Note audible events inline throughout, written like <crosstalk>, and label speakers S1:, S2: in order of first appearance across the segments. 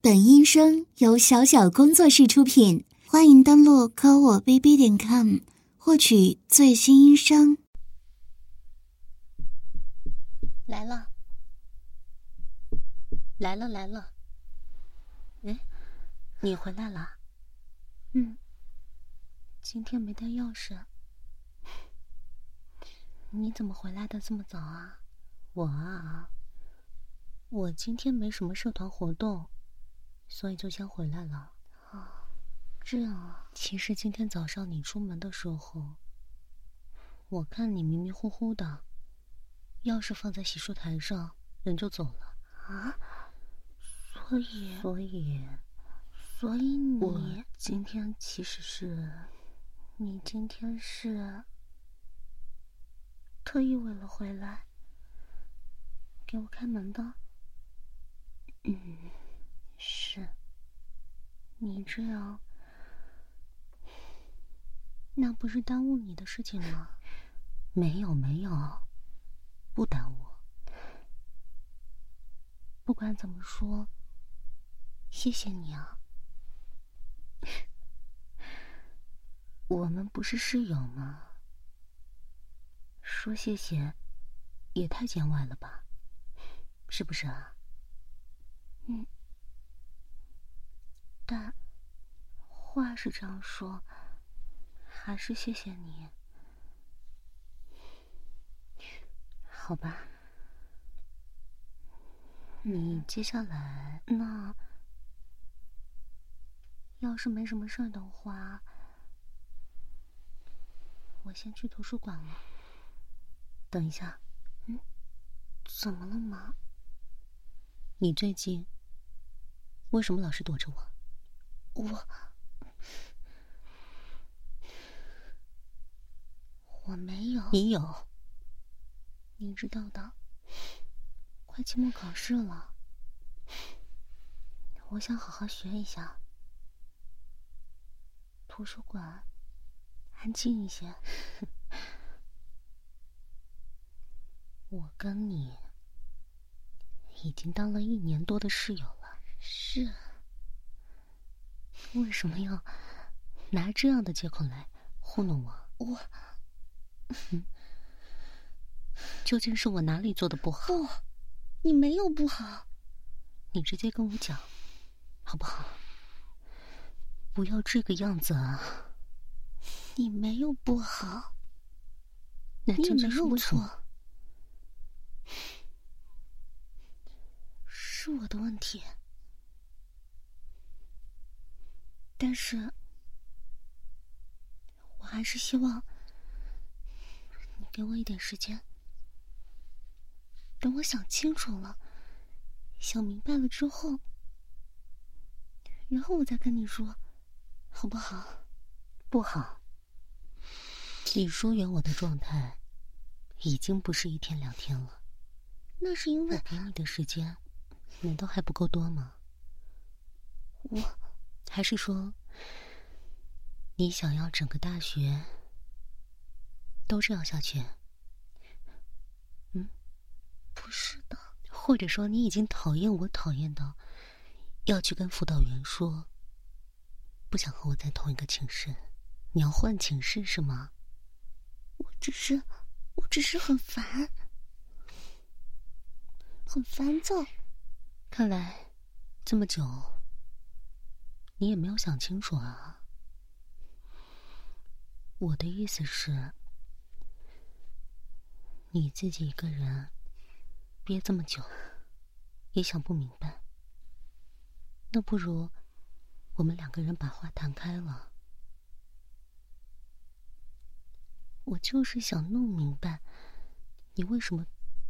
S1: 本音声由小小工作室出品，欢迎登录科我 bb 点 com 获取最新音声。
S2: 来了，来了，来了。哎，你回来了？
S3: 嗯，
S2: 今天没带钥匙。你怎么回来的这么早啊？我啊，我今天没什么社团活动。所以就先回来了
S3: 啊，这样啊。
S2: 其实今天早上你出门的时候，我看你迷迷糊糊的，钥匙放在洗漱台上，人就走了
S3: 啊。所以，
S2: 所以，
S3: 所以你
S2: 今天其实是，
S3: 你今天是特意为了回来给我开门的，
S2: 嗯。
S3: 是，你这样，那不是耽误你的事情吗？
S2: 没有没有，不耽误。
S3: 不管怎么说，谢谢你啊。
S2: 我们不是室友吗？说谢谢，也太见外了吧？是不是啊？
S3: 嗯。但话是这样说，还是谢谢你，
S2: 好吧？你接下来
S3: 那要是没什么事儿的话，我先去图书馆了。
S2: 等一下，
S3: 嗯，怎么了嘛？
S2: 你最近为什么老是躲着我？
S3: 我，我没有。
S2: 你有，
S3: 你知道的。快期末考试了，我想好好学一下。图书馆安静一些。
S2: 我跟你已经当了一年多的室友了。
S3: 是。
S2: 为什么要拿这样的借口来糊弄我？
S3: 我、
S2: 嗯，究竟是我哪里做的不好？
S3: 不，哦你没有不好，
S2: 你直接跟我讲，好不好？不要这个样子啊！
S3: 你没有不好，
S2: 那
S3: 你没有
S2: 错，
S3: 是我的问题。但是，我还是希望你给我一点时间，等我想清楚了、想明白了之后，然后我再跟你说，好不好？
S2: 不好。你疏远我的状态，已经不是一天两天了。
S3: 那是因为
S2: 我给你的时间，难道还不够多吗？
S3: 我。
S2: 还是说，你想要整个大学都这样下去？嗯，
S3: 不是的。
S2: 或者说，你已经讨厌我，讨厌到要去跟辅导员说，不想和我在同一个寝室，你要换寝室是吗？
S3: 我只是，我只是很烦，很烦躁。
S2: 看来这么久。你也没有想清楚啊！我的意思是，你自己一个人憋这么久，也想不明白。那不如我们两个人把话谈开了。我就是想弄明白，你为什么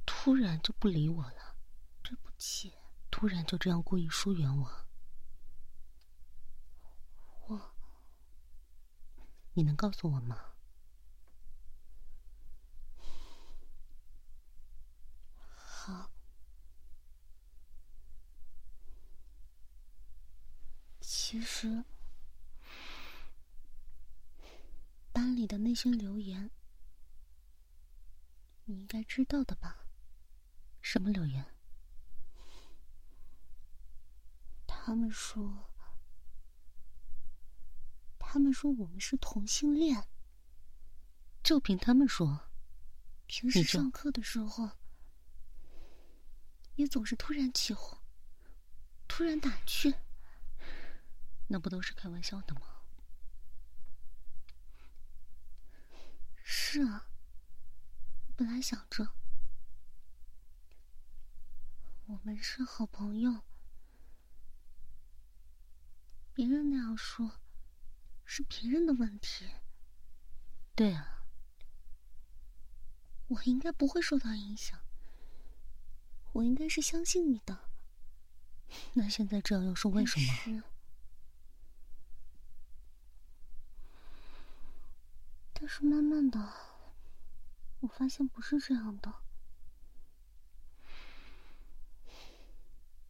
S2: 突然就不理我了？
S3: 对不起，
S2: 突然就这样故意疏远我。
S3: 我，
S2: 你能告诉我吗？
S3: 好，其实班里的那些留言，你应该知道的吧？
S2: 什么留言？
S3: 他
S2: 他们说，他们说我们是同性恋。
S4: 就凭他们说，
S2: 平时
S4: 你这
S2: 上课的时候，也总是突然起哄，突然打趣。
S4: 那不都是开玩笑的吗？
S2: 是啊，本来想着我们是好朋友，别人那样说是别人的问题，
S4: 对啊，
S2: 我应该不会受到影响，我应该是相信你的。
S4: <laughs> 那现在这样又是为什么？ <laughs>
S2: 么？但是慢慢的，我发现不是这样的。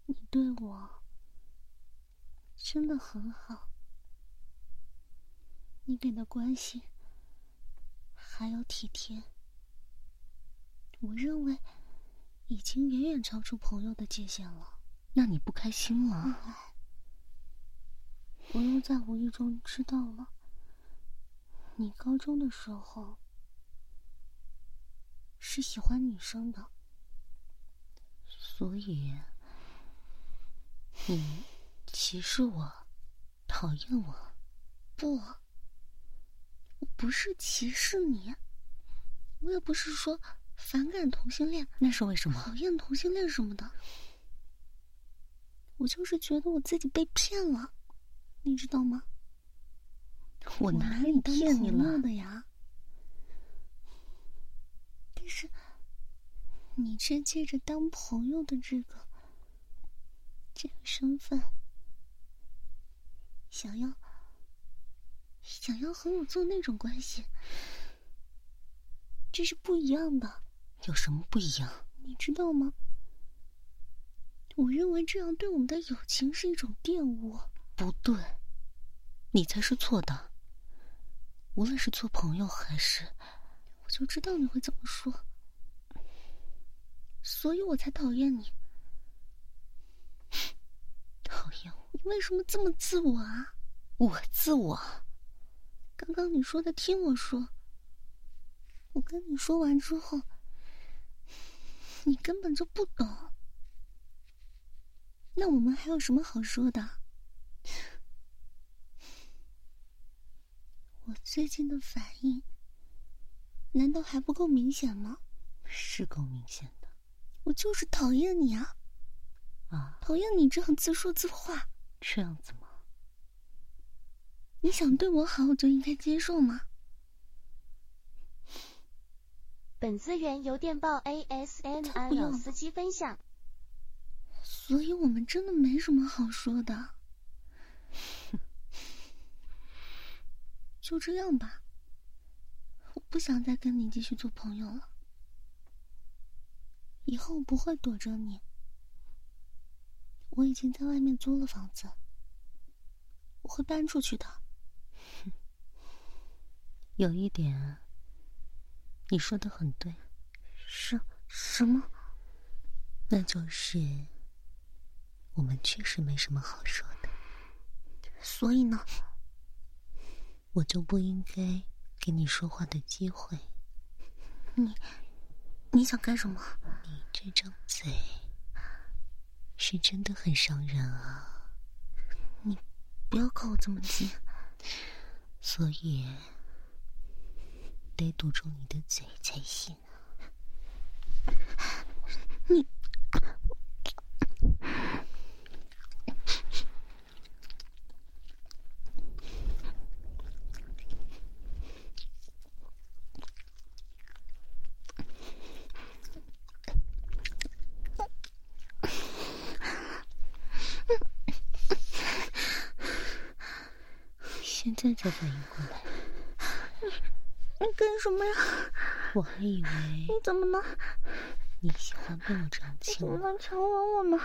S2: 你对我真的很好，你给的关心还有体贴，我认为已经远远超出朋友的界限了。嗯
S4: 那你不开心了？
S2: 我又在无意中知道了，你高中的时候是喜欢女生的，
S4: 所以你歧视我，讨厌我，
S2: 不，我不是歧视你，我也不是说反感同性恋、
S4: 那是为什么？
S2: 讨厌同性恋什么的，我就是觉得我自己被骗了，你知道吗？
S4: 我
S2: 我
S4: 哪
S2: 拿
S4: 里
S2: 当
S4: 骗你
S2: 朋友
S4: 了？
S2: 的呀？但是你却借着当朋友的这个这个身份，想要想要和我做那种关系，这是不一样的，
S4: 有什么不一样？
S2: 你知道吗？我认为这样对我们的友情是一种玷污。
S4: 不对，你才是错的。无论是做朋友还是……
S2: 我就知道你会这么说，所以我才讨厌你。
S4: 讨厌
S2: 你为什么这么自我啊？
S4: 我，我自我，
S2: 刚刚你说的，听我说。我跟你说完之后，你根本就不懂。那我们还有什么好说的？我最近的反应，难道还不够明显吗？
S4: 是够明显的
S2: 我就是讨厌你啊，
S4: 啊！
S2: 讨厌你这样自说自话。
S4: 这样子吗？
S2: 你想对我好，我就应该接受吗？
S3: 本资源由电报
S2: 他
S3: ASN
S2: 不要
S3: 老
S2: 吗
S3: 司机分享。
S2: 所以我们真的没什么好说的。就这样吧，我不想再跟你继续做朋友了。以后我不会躲着你。我已经在外面租了房子，我会搬出去的。
S4: <laughs> 有一点，你说的很对，
S2: 什什么？
S4: 那就是我们确实没什么好说的，
S2: 所以呢？
S4: 我就不应该给你说话的机会。
S2: 你想干什么？
S4: 你这张嘴是真的很伤人啊，
S2: 不要靠我这么近。
S4: 所以得堵住你的嘴才行。现在才反应过来，
S2: 你干什么呀？
S4: 我还以为
S2: 你怎么能？
S4: 你喜欢被我这样亲
S2: 你
S4: 呢。
S2: 能强吻我吗？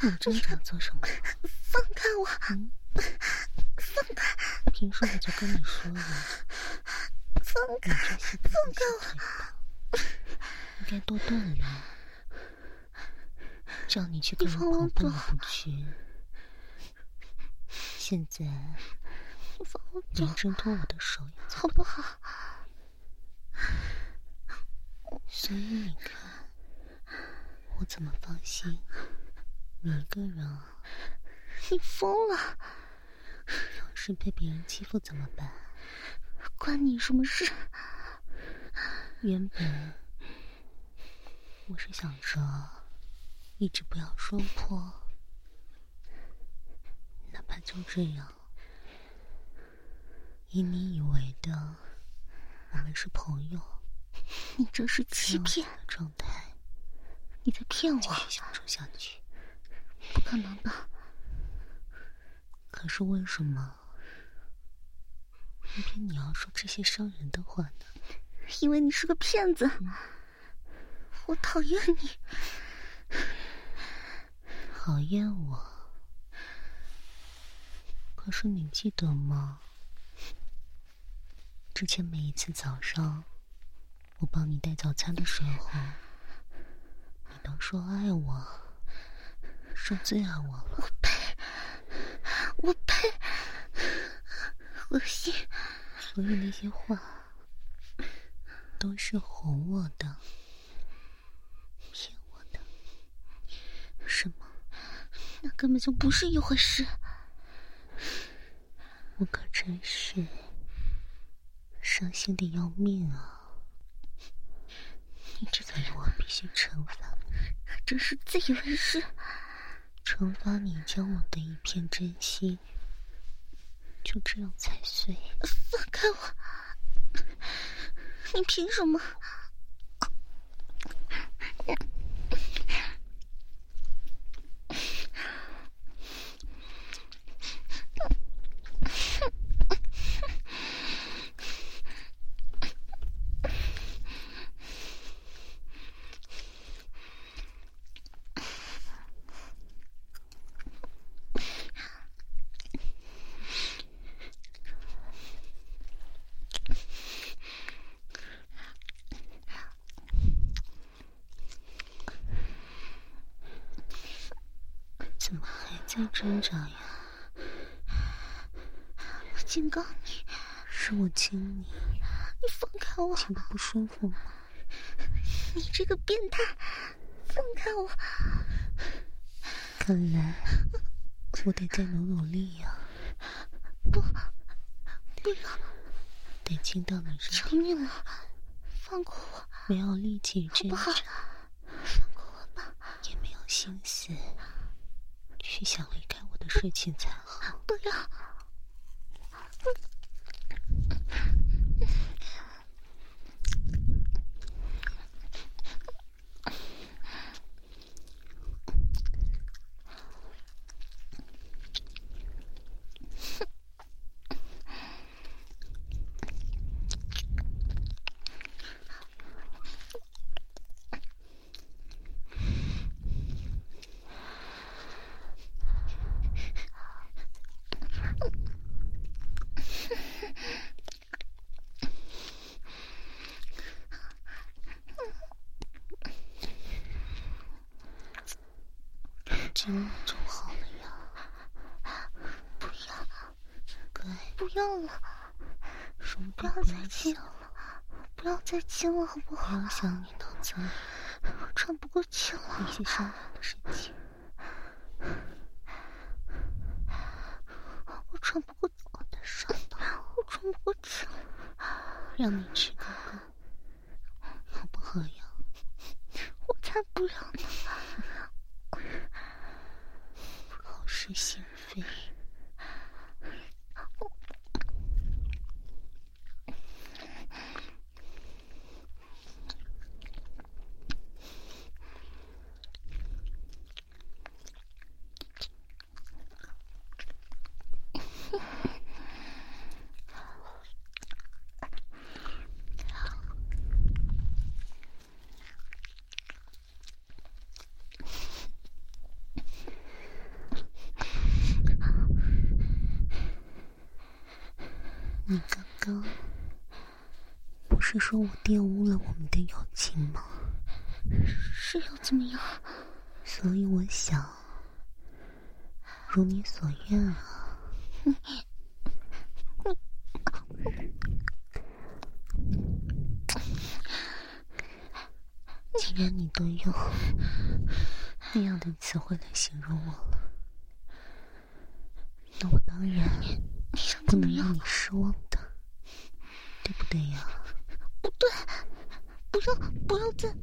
S4: 你正想做什么？
S3: <laughs>
S2: 放
S3: 放开我！
S2: 嗯，平叔，我就跟你
S3: <laughs>
S2: 说了，
S3: 放
S2: 你
S3: 开！
S2: 这些都是嘴巴，应该多锻炼。叫你去跟
S3: 你
S2: 人
S3: 放
S2: 狂
S3: 我走
S2: 奔，你不去。现在
S3: 你放我走
S2: 能，挣脱我的手也走，
S3: 好不好？
S2: 所以你看，我怎么放心你一个人啊？
S3: 你疯了！
S2: 要是被别人欺负怎么办？
S3: 关你什么事？
S2: 原本我是想着一直不要说破，哪怕就这样，以你以为的我们是朋友
S3: 你这是欺
S2: 这
S3: 骗
S2: 样！的状态
S3: 你在骗
S2: 继
S3: 我！
S2: 续相处下去。
S3: 不可能的，
S2: 可是为什么偏偏你要说这些伤人的话呢？
S3: 因为你是个骗子。我讨厌你，
S2: 讨厌我。可是你记得吗？之前每一次早上，我帮你带早餐的时候，你都说爱我，说最爱我了。
S3: 我呸！恶心！
S2: 所以那些话都是哄我的，骗我的，是吗？
S3: 那根本就不是一回事。
S2: 我可真是伤心的要命啊！
S3: 你这个
S2: 所以
S3: 人
S2: 我必须惩罚你，
S3: 还真是自以为是。
S2: 惩罚你将我的一片真心就这样踩碎。
S3: 放开我！你凭什么？
S2: 怎么还在挣扎呀？
S3: 我警告你，
S2: 是我亲你，
S3: 你放开我！
S2: 亲的不舒服吗？
S3: 你这个变态！放开我！
S2: 看来我得再努努力呀、
S3: 不要！
S2: 得亲到你身
S3: 求你了，放过我！
S2: 没有力气挣
S3: 不
S2: 扎，
S3: 好
S2: 也没有心思去想离开我的事情才好。
S3: 不要！
S2: 亲我就好了呀。不要，乖，
S3: 不要了！
S2: 什么
S3: 不
S2: 都
S3: 要
S2: 不
S3: 再
S2: 要
S3: 亲
S2: 想，
S3: 我了！不要再亲我好不
S2: 不
S3: 好？
S2: 要想你脑子里
S3: 我 <laughs> 喘不过气了，
S2: 那些伤人的事情。
S3: 我喘不过，
S2: 我的手都
S3: 我喘不过气了。
S2: 让你吃哥哥，好不好呀？
S3: <laughs> 我才不要
S2: <laughs>
S3: 呢！
S2: 口是心非。你刚刚嗯不是说我玷污了我们的友情吗？
S3: 是又怎么样？
S2: 所以我想，如你所愿啊。既然你都用那样的词汇来形容我了，那我当然
S3: 你想
S2: 不
S3: 怎么
S2: 能让
S3: 样？
S2: 嗯你失望的，对不对呀？
S3: 不对，不要不要再，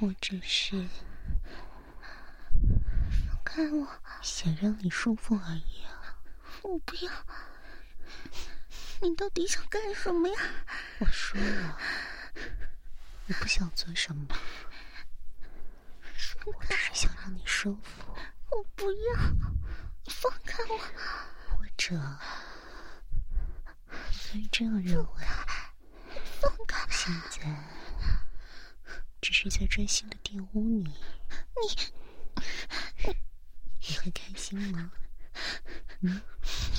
S2: 我只是
S3: 放开我！
S2: 想让你舒服而已啊！
S3: 我不要！你到底想干什么呀？
S2: 我说了，我不想做什么，
S3: 放
S2: 我只
S3: 开！
S2: 是想让你舒服。
S3: 我不要！放开我！
S2: 或者，你可以这样认为：
S3: 放开！
S2: 现在只是在专心的玷污你。你，你会开心吗？嗯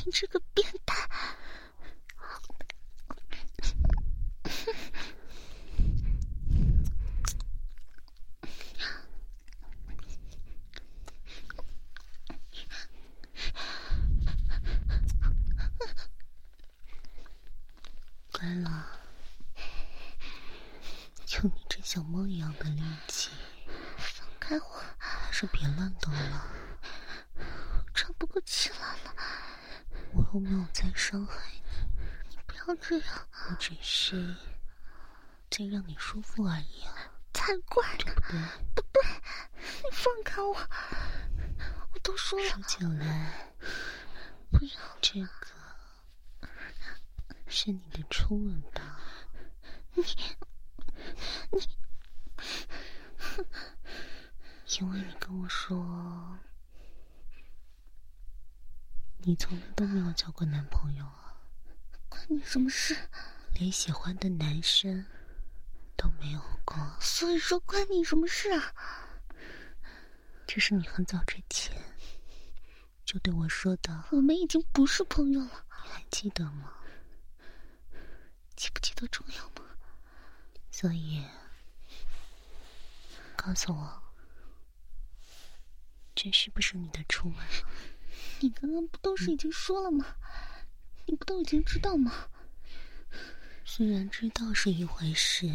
S3: 你这个变态！
S2: 乖了，就你这小猫一样的力气，
S3: 放开我！
S2: 还是别乱动了。
S3: 我喘不过气来了！
S2: 我又没有在伤害你，
S3: 不要这样，
S2: 我只是在让你舒服而已啊，
S3: 才怪呢！
S2: 对不对？
S3: 你放开我！我都说了
S2: 说起来，
S3: 不要，
S2: 这个是你的初吻吧？你，你，因为你跟我说，你从来都没有交过男朋友啊，
S3: 关你什么事？
S2: 连喜欢的男生都没有过，
S3: 所以说关你什么事啊？
S2: 这是你很早之前就对我说的，
S3: 我们已经不是朋友了，
S2: 你还记得吗？
S3: 记不记得重要吗？
S2: 所以，告诉我，这是不是你的初吻？
S3: 你刚刚不都是已经说了吗？你不都已经知道吗？
S2: 虽然知道是一回事，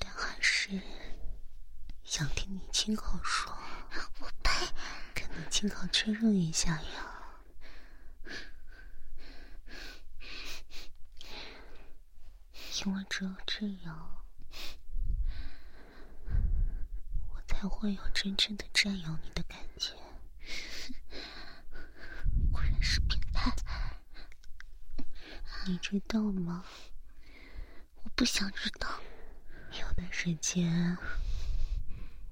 S2: 但还是想听你亲口说。我呸！跟你亲口确认一下呀。因为只有这样，我才会有真正的占有你的感觉。
S3: 果然是变态！
S2: 你知道吗？
S3: 我不想知道，
S2: 有段时间，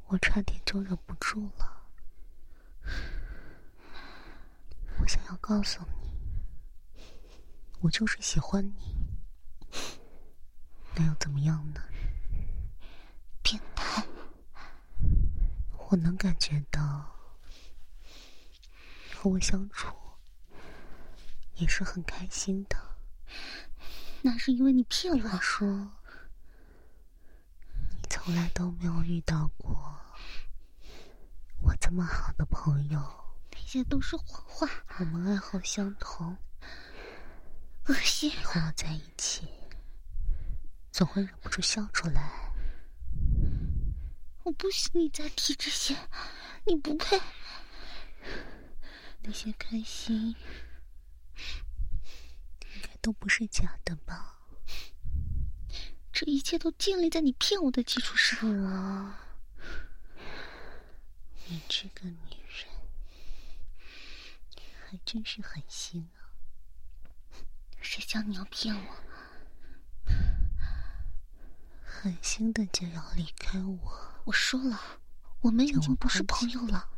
S2: 我差点就忍不住了。我想要告诉你，我就是喜欢你。那又怎么样呢？
S3: 变态！
S2: 我能感觉到，和我相处也是很开心的。
S3: 那是因为你骗我
S2: 我，说，你从来都没有遇到过我这么好的朋友，
S3: 那些都是谎话，
S2: 我们爱好相同，
S3: 恶心！
S2: 和我在一起，总会忍不住笑出来。
S3: 我不许你再提这些，你不配！
S2: 那些开心，应该都不是假的吧？
S3: 这一切都建立在你骗我的基础上。
S2: 是啊，你这个女人还真是狠心啊！
S3: 谁叫你要骗我？
S2: 狠心的就要离开我。
S3: 我说了，我们已
S2: 叫我
S3: 经不是
S2: 抛
S3: 朋
S2: 弃
S3: 友了，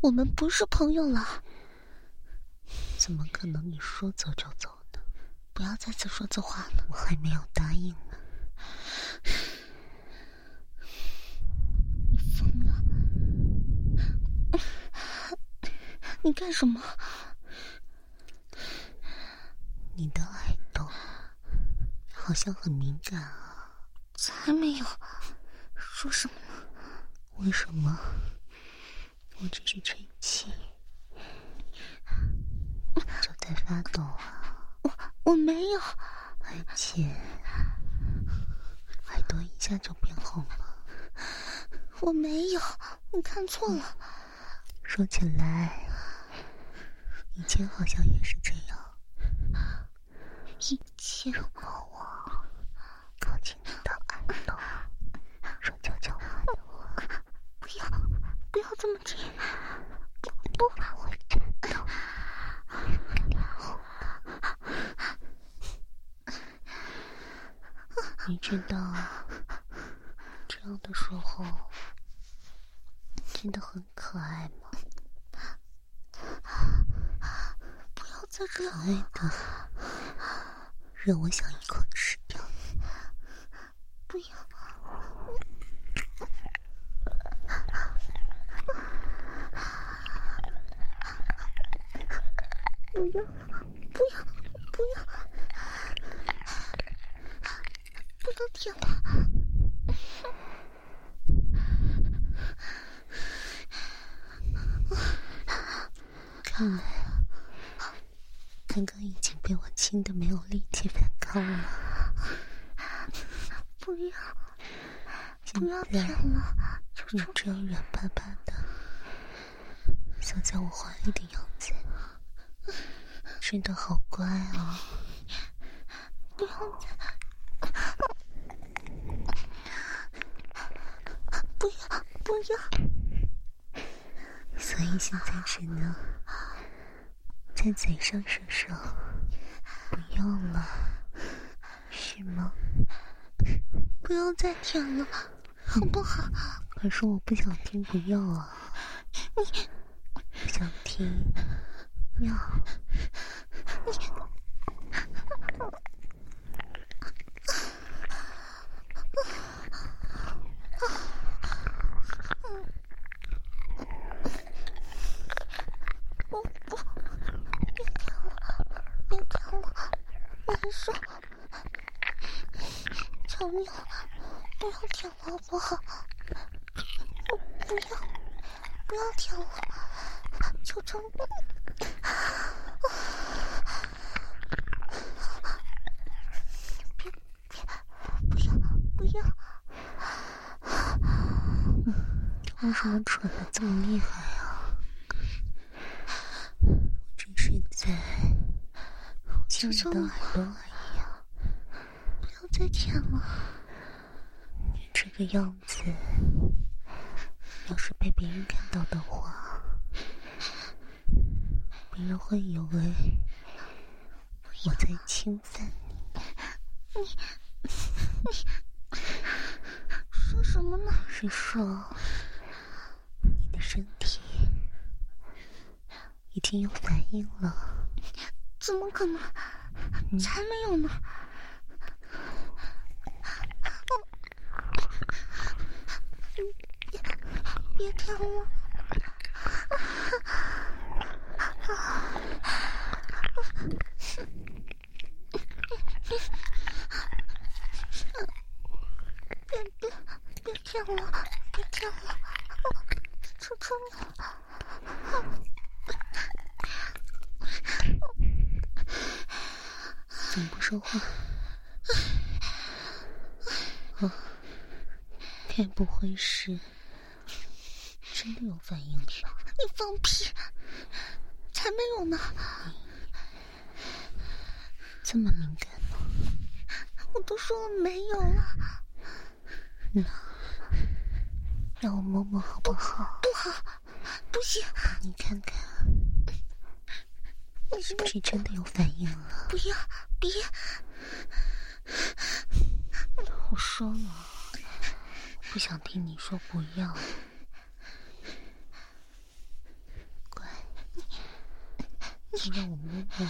S3: 我们不是朋友了。
S2: 怎么可能你说走就走呢？
S3: 不要再自说自话了。
S2: 我还没有答应呢。
S3: 你疯了？ <laughs> 你干什么？
S2: 你的爱豆好像很敏感啊，
S3: 才没有！说什么呢？
S2: 为什么？我只是吹气，就在发抖啊，
S3: 我没有，
S2: 而且耳朵一下就变红了。
S3: 我没有，你看错了。
S2: 说起来，以前好像也是这样。
S3: 以前
S2: 如果我靠近你的耳朵，说悄悄话的话，
S3: 不要，不要这么听，
S2: 你怕会颤抖。你知道，这样的时候真的很可爱吗？
S3: 不要再这样。
S2: 可爱的，让我想一口吃掉。
S3: 不要！不要！不要！不要！不能舔它！
S2: 看来啊，刚刚已经被我亲的没有力气反抗了。
S3: 不要！
S2: 现
S3: 不要
S2: 在
S3: 舔了！
S2: 你这样嗯软巴巴的，像在我怀里的样子，真的好乖哦。
S3: 不要再！不要！不要！
S2: 所以现在只能在嘴上说说，不用了，是吗？
S3: 不要再舔了，好不好？
S2: 可是我不想听不要啊，不想听要。
S3: 不不，别舔了，别舔了，难受。求你了，不要舔了好不好？不不要，不要舔了，求求你。别别，不要不要，
S2: 为什么喘的这么厉害啊？我只是在亲你的耳朵而已啊，
S3: 不要再舔了，
S2: 这个样子，要是被别人看到的话，别人会以为我在侵犯你。
S3: 说什么呢？
S2: 是说，你的身体已经有反应了。
S3: 怎么可能？才没有呢！
S2: 哦嗯
S3: 别别舔我！别别别舔我！别舔我！求求你了！
S2: 怎么不说话？哦，该不会是真的有反应了吧？
S3: 你放屁！才没有呢！
S2: 这么敏感吗？
S3: 我都说了没有了，
S2: 让我摸摸好不好？
S3: 不行！
S2: 你看看，
S3: 你是
S2: 是不是真的有反应了？
S3: 不要，别！
S2: 我说了，啊不想听你说不要。乖，你让我摸摸。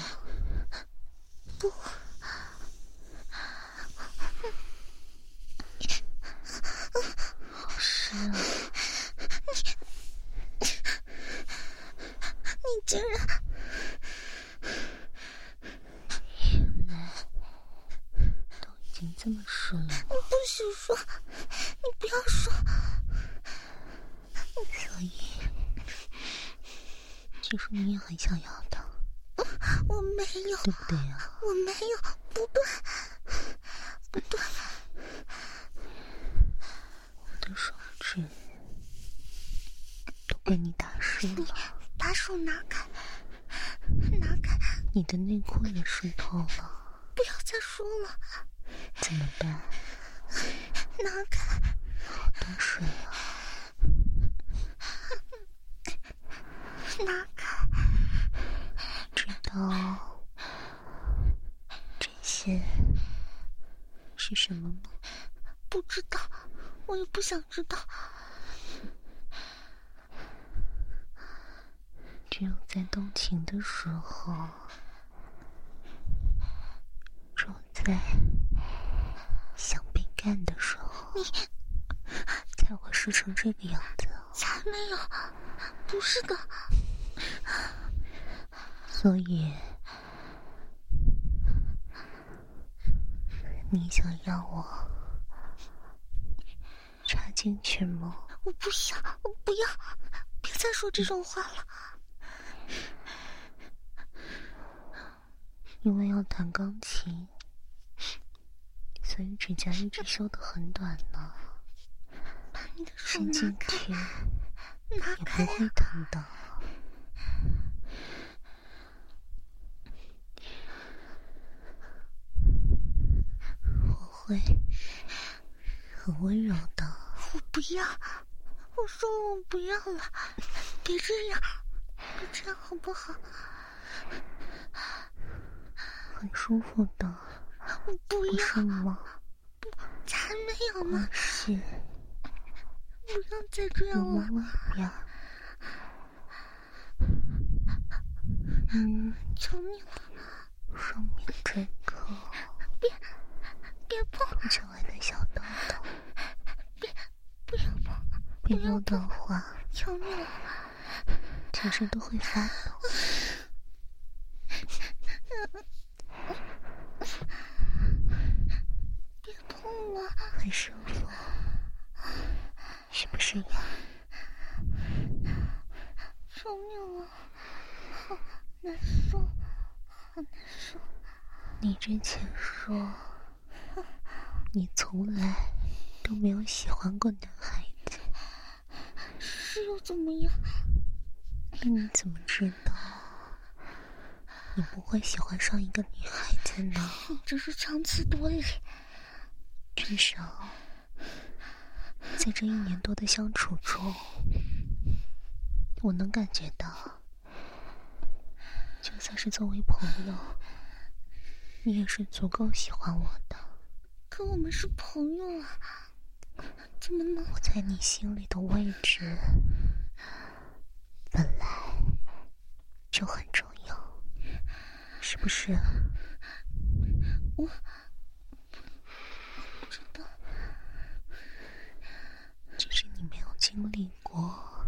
S3: 不，
S2: 经这么说了，
S3: 你不许说，你不要说，
S2: 所以其实你也很想要的，
S3: 我没有，
S2: 对不对啊？
S3: 我没有，不对，
S2: 我的手指都被你打湿了，
S3: 把手拿开，拿开，
S2: 你的内裤也湿透了，
S3: 不要再说了，
S2: 怎么办？
S3: 拿开，
S2: 多
S3: <laughs>
S2: 水啊！
S3: 拿开，
S2: 知道这些是什么吗？
S3: 不知道，我也不想知道，
S2: 只有在动情的时候，只有在想被干的时候，才会湿成这个样子。
S3: 才没有，不是的，
S2: 所以，你想要我插进去吗？
S3: 我不要，我不要，别再说这种话了，
S2: 因为要弹钢琴，所以指甲一直修得很短呢，
S3: 把你的手
S2: 伸
S3: 拿
S2: 进
S3: 开，
S2: 去也
S3: 拿
S2: 不
S3: 开呀、
S2: 会疼的。我会很温柔的，
S3: 我不要，我说我不要了，别这样，别这样好不好？
S2: 很舒服的，
S3: 我不
S2: 不
S3: 要，
S2: 是吗？
S3: 才没有
S2: 不
S3: 呢！
S2: 是，
S3: 不要再这
S2: 我
S3: 样了
S2: 们，外表。嗯，
S3: 求你了，
S2: 说明这个
S3: 别碰，
S2: 这外的小豆豆，
S3: 不要碰，
S2: 别弄的话，
S3: 求你了，
S2: 全身都会发抖。
S3: 别碰我，
S2: 很舒服，是不是呀？
S3: 求你了，好难受，好难受，
S2: 你之前说你从来都没有喜欢过男孩子，
S3: 是又怎么样？
S2: 那你怎么知道你不会喜欢上一个女孩子呢？
S3: 你这是强词夺理，
S2: 至少在这一年多的相处中，我能感觉到，就算是作为朋友，你也是足够喜欢我的。
S3: 可我们是朋友啊，怎么能？
S2: 我在你心里的位置本来就很重要，是不是？啊
S3: 不知道，
S2: 只是你没有经历过，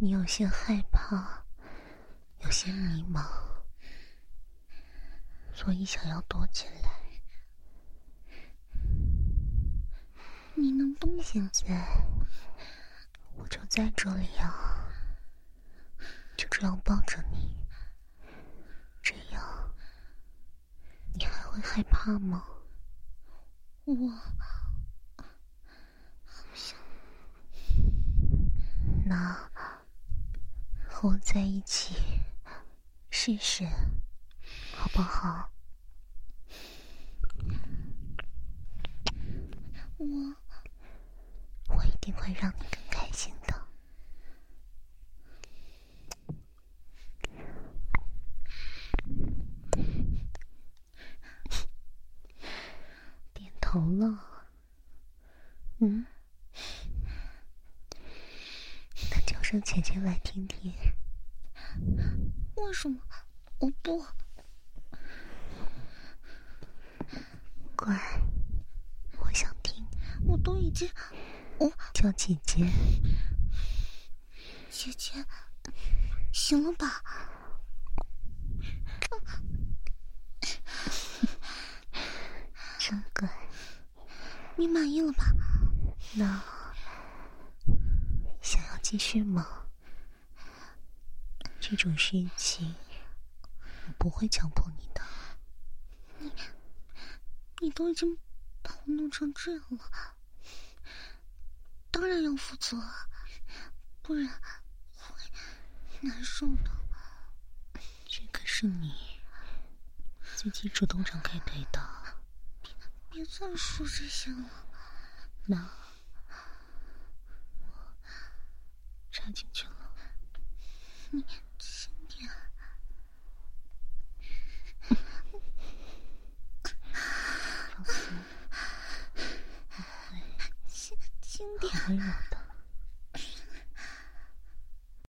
S2: 你有些害怕，有些迷茫，所以想要躲起来。
S3: 你能不能？
S2: 现在我就在这里啊，就这样抱着你，这样你还会害怕吗？
S3: 我
S2: 那和我在一起试试，好不好？
S3: 我
S2: 我一定会让你更开心的。点头了，嗯，那叫声姐姐来听听。
S3: 为什么？
S2: 哦
S3: 我不，
S2: 乖，我想听，
S3: 我都已经，
S2: 哦叫姐姐。
S3: 姐姐，行了吧？你满意了吧？
S2: 那想要继续吗？这种事情我不会强迫你的。
S3: 你都已经把我弄成这样了，当然要负责啊，不然会难受的。
S2: 这可是你自己主动张开腿的。
S3: 别再说这些了，
S2: 那我插进去了。
S3: 你轻点。
S2: 放松，
S3: 轻轻点，
S2: 很温柔的。